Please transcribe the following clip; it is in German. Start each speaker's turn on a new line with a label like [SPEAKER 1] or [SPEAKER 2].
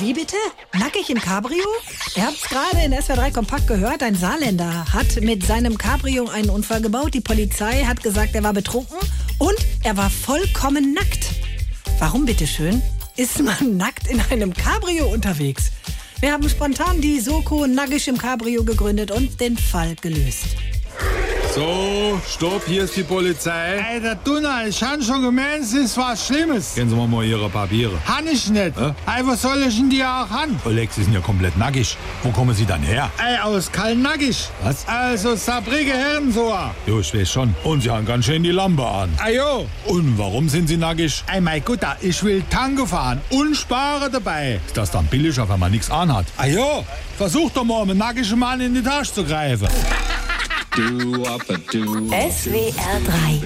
[SPEAKER 1] Wie bitte? Nackig im Cabrio? Ihr habt's gerade in SW3 Kompakt gehört. Ein Saarländer hat mit seinem Cabrio einen Unfall gebaut. Die Polizei hat gesagt, er war betrunken und er war vollkommen nackt. Warum bitteschön ist man nackt in einem Cabrio unterwegs? Wir haben spontan die Soko Nackisch im Cabrio gegründet und den Fall gelöst.
[SPEAKER 2] So, stopp, hier ist die Polizei.
[SPEAKER 3] Alter Dunner, ich han schon gemeint, es ist was Schlimmes.
[SPEAKER 2] Gehen Sie mal, mal Ihre Papiere.
[SPEAKER 3] Han ich nicht.
[SPEAKER 2] Hä?
[SPEAKER 3] Ey, was soll ich denn die auch han?
[SPEAKER 2] Alex, Sie sind ja komplett nackig. Wo kommen Sie dann her?
[SPEAKER 3] Ey, aus Kalnackig.
[SPEAKER 2] Was?
[SPEAKER 3] Also Sabrige Herrensoa.
[SPEAKER 2] Jo, ich weiß schon. Und Sie haben ganz schön die Lampe an.
[SPEAKER 3] Ajo.
[SPEAKER 2] Und warum sind Sie nackig?
[SPEAKER 3] Ey, mein Gutter, ich will Tango fahren und spare dabei.
[SPEAKER 2] Ist das dann billiger, wenn man nichts anhat?
[SPEAKER 3] Ajo, versuch doch mal, einen nackigen Mann in die Tasche zu greifen.
[SPEAKER 4] do up a do.
[SPEAKER 5] SWR 3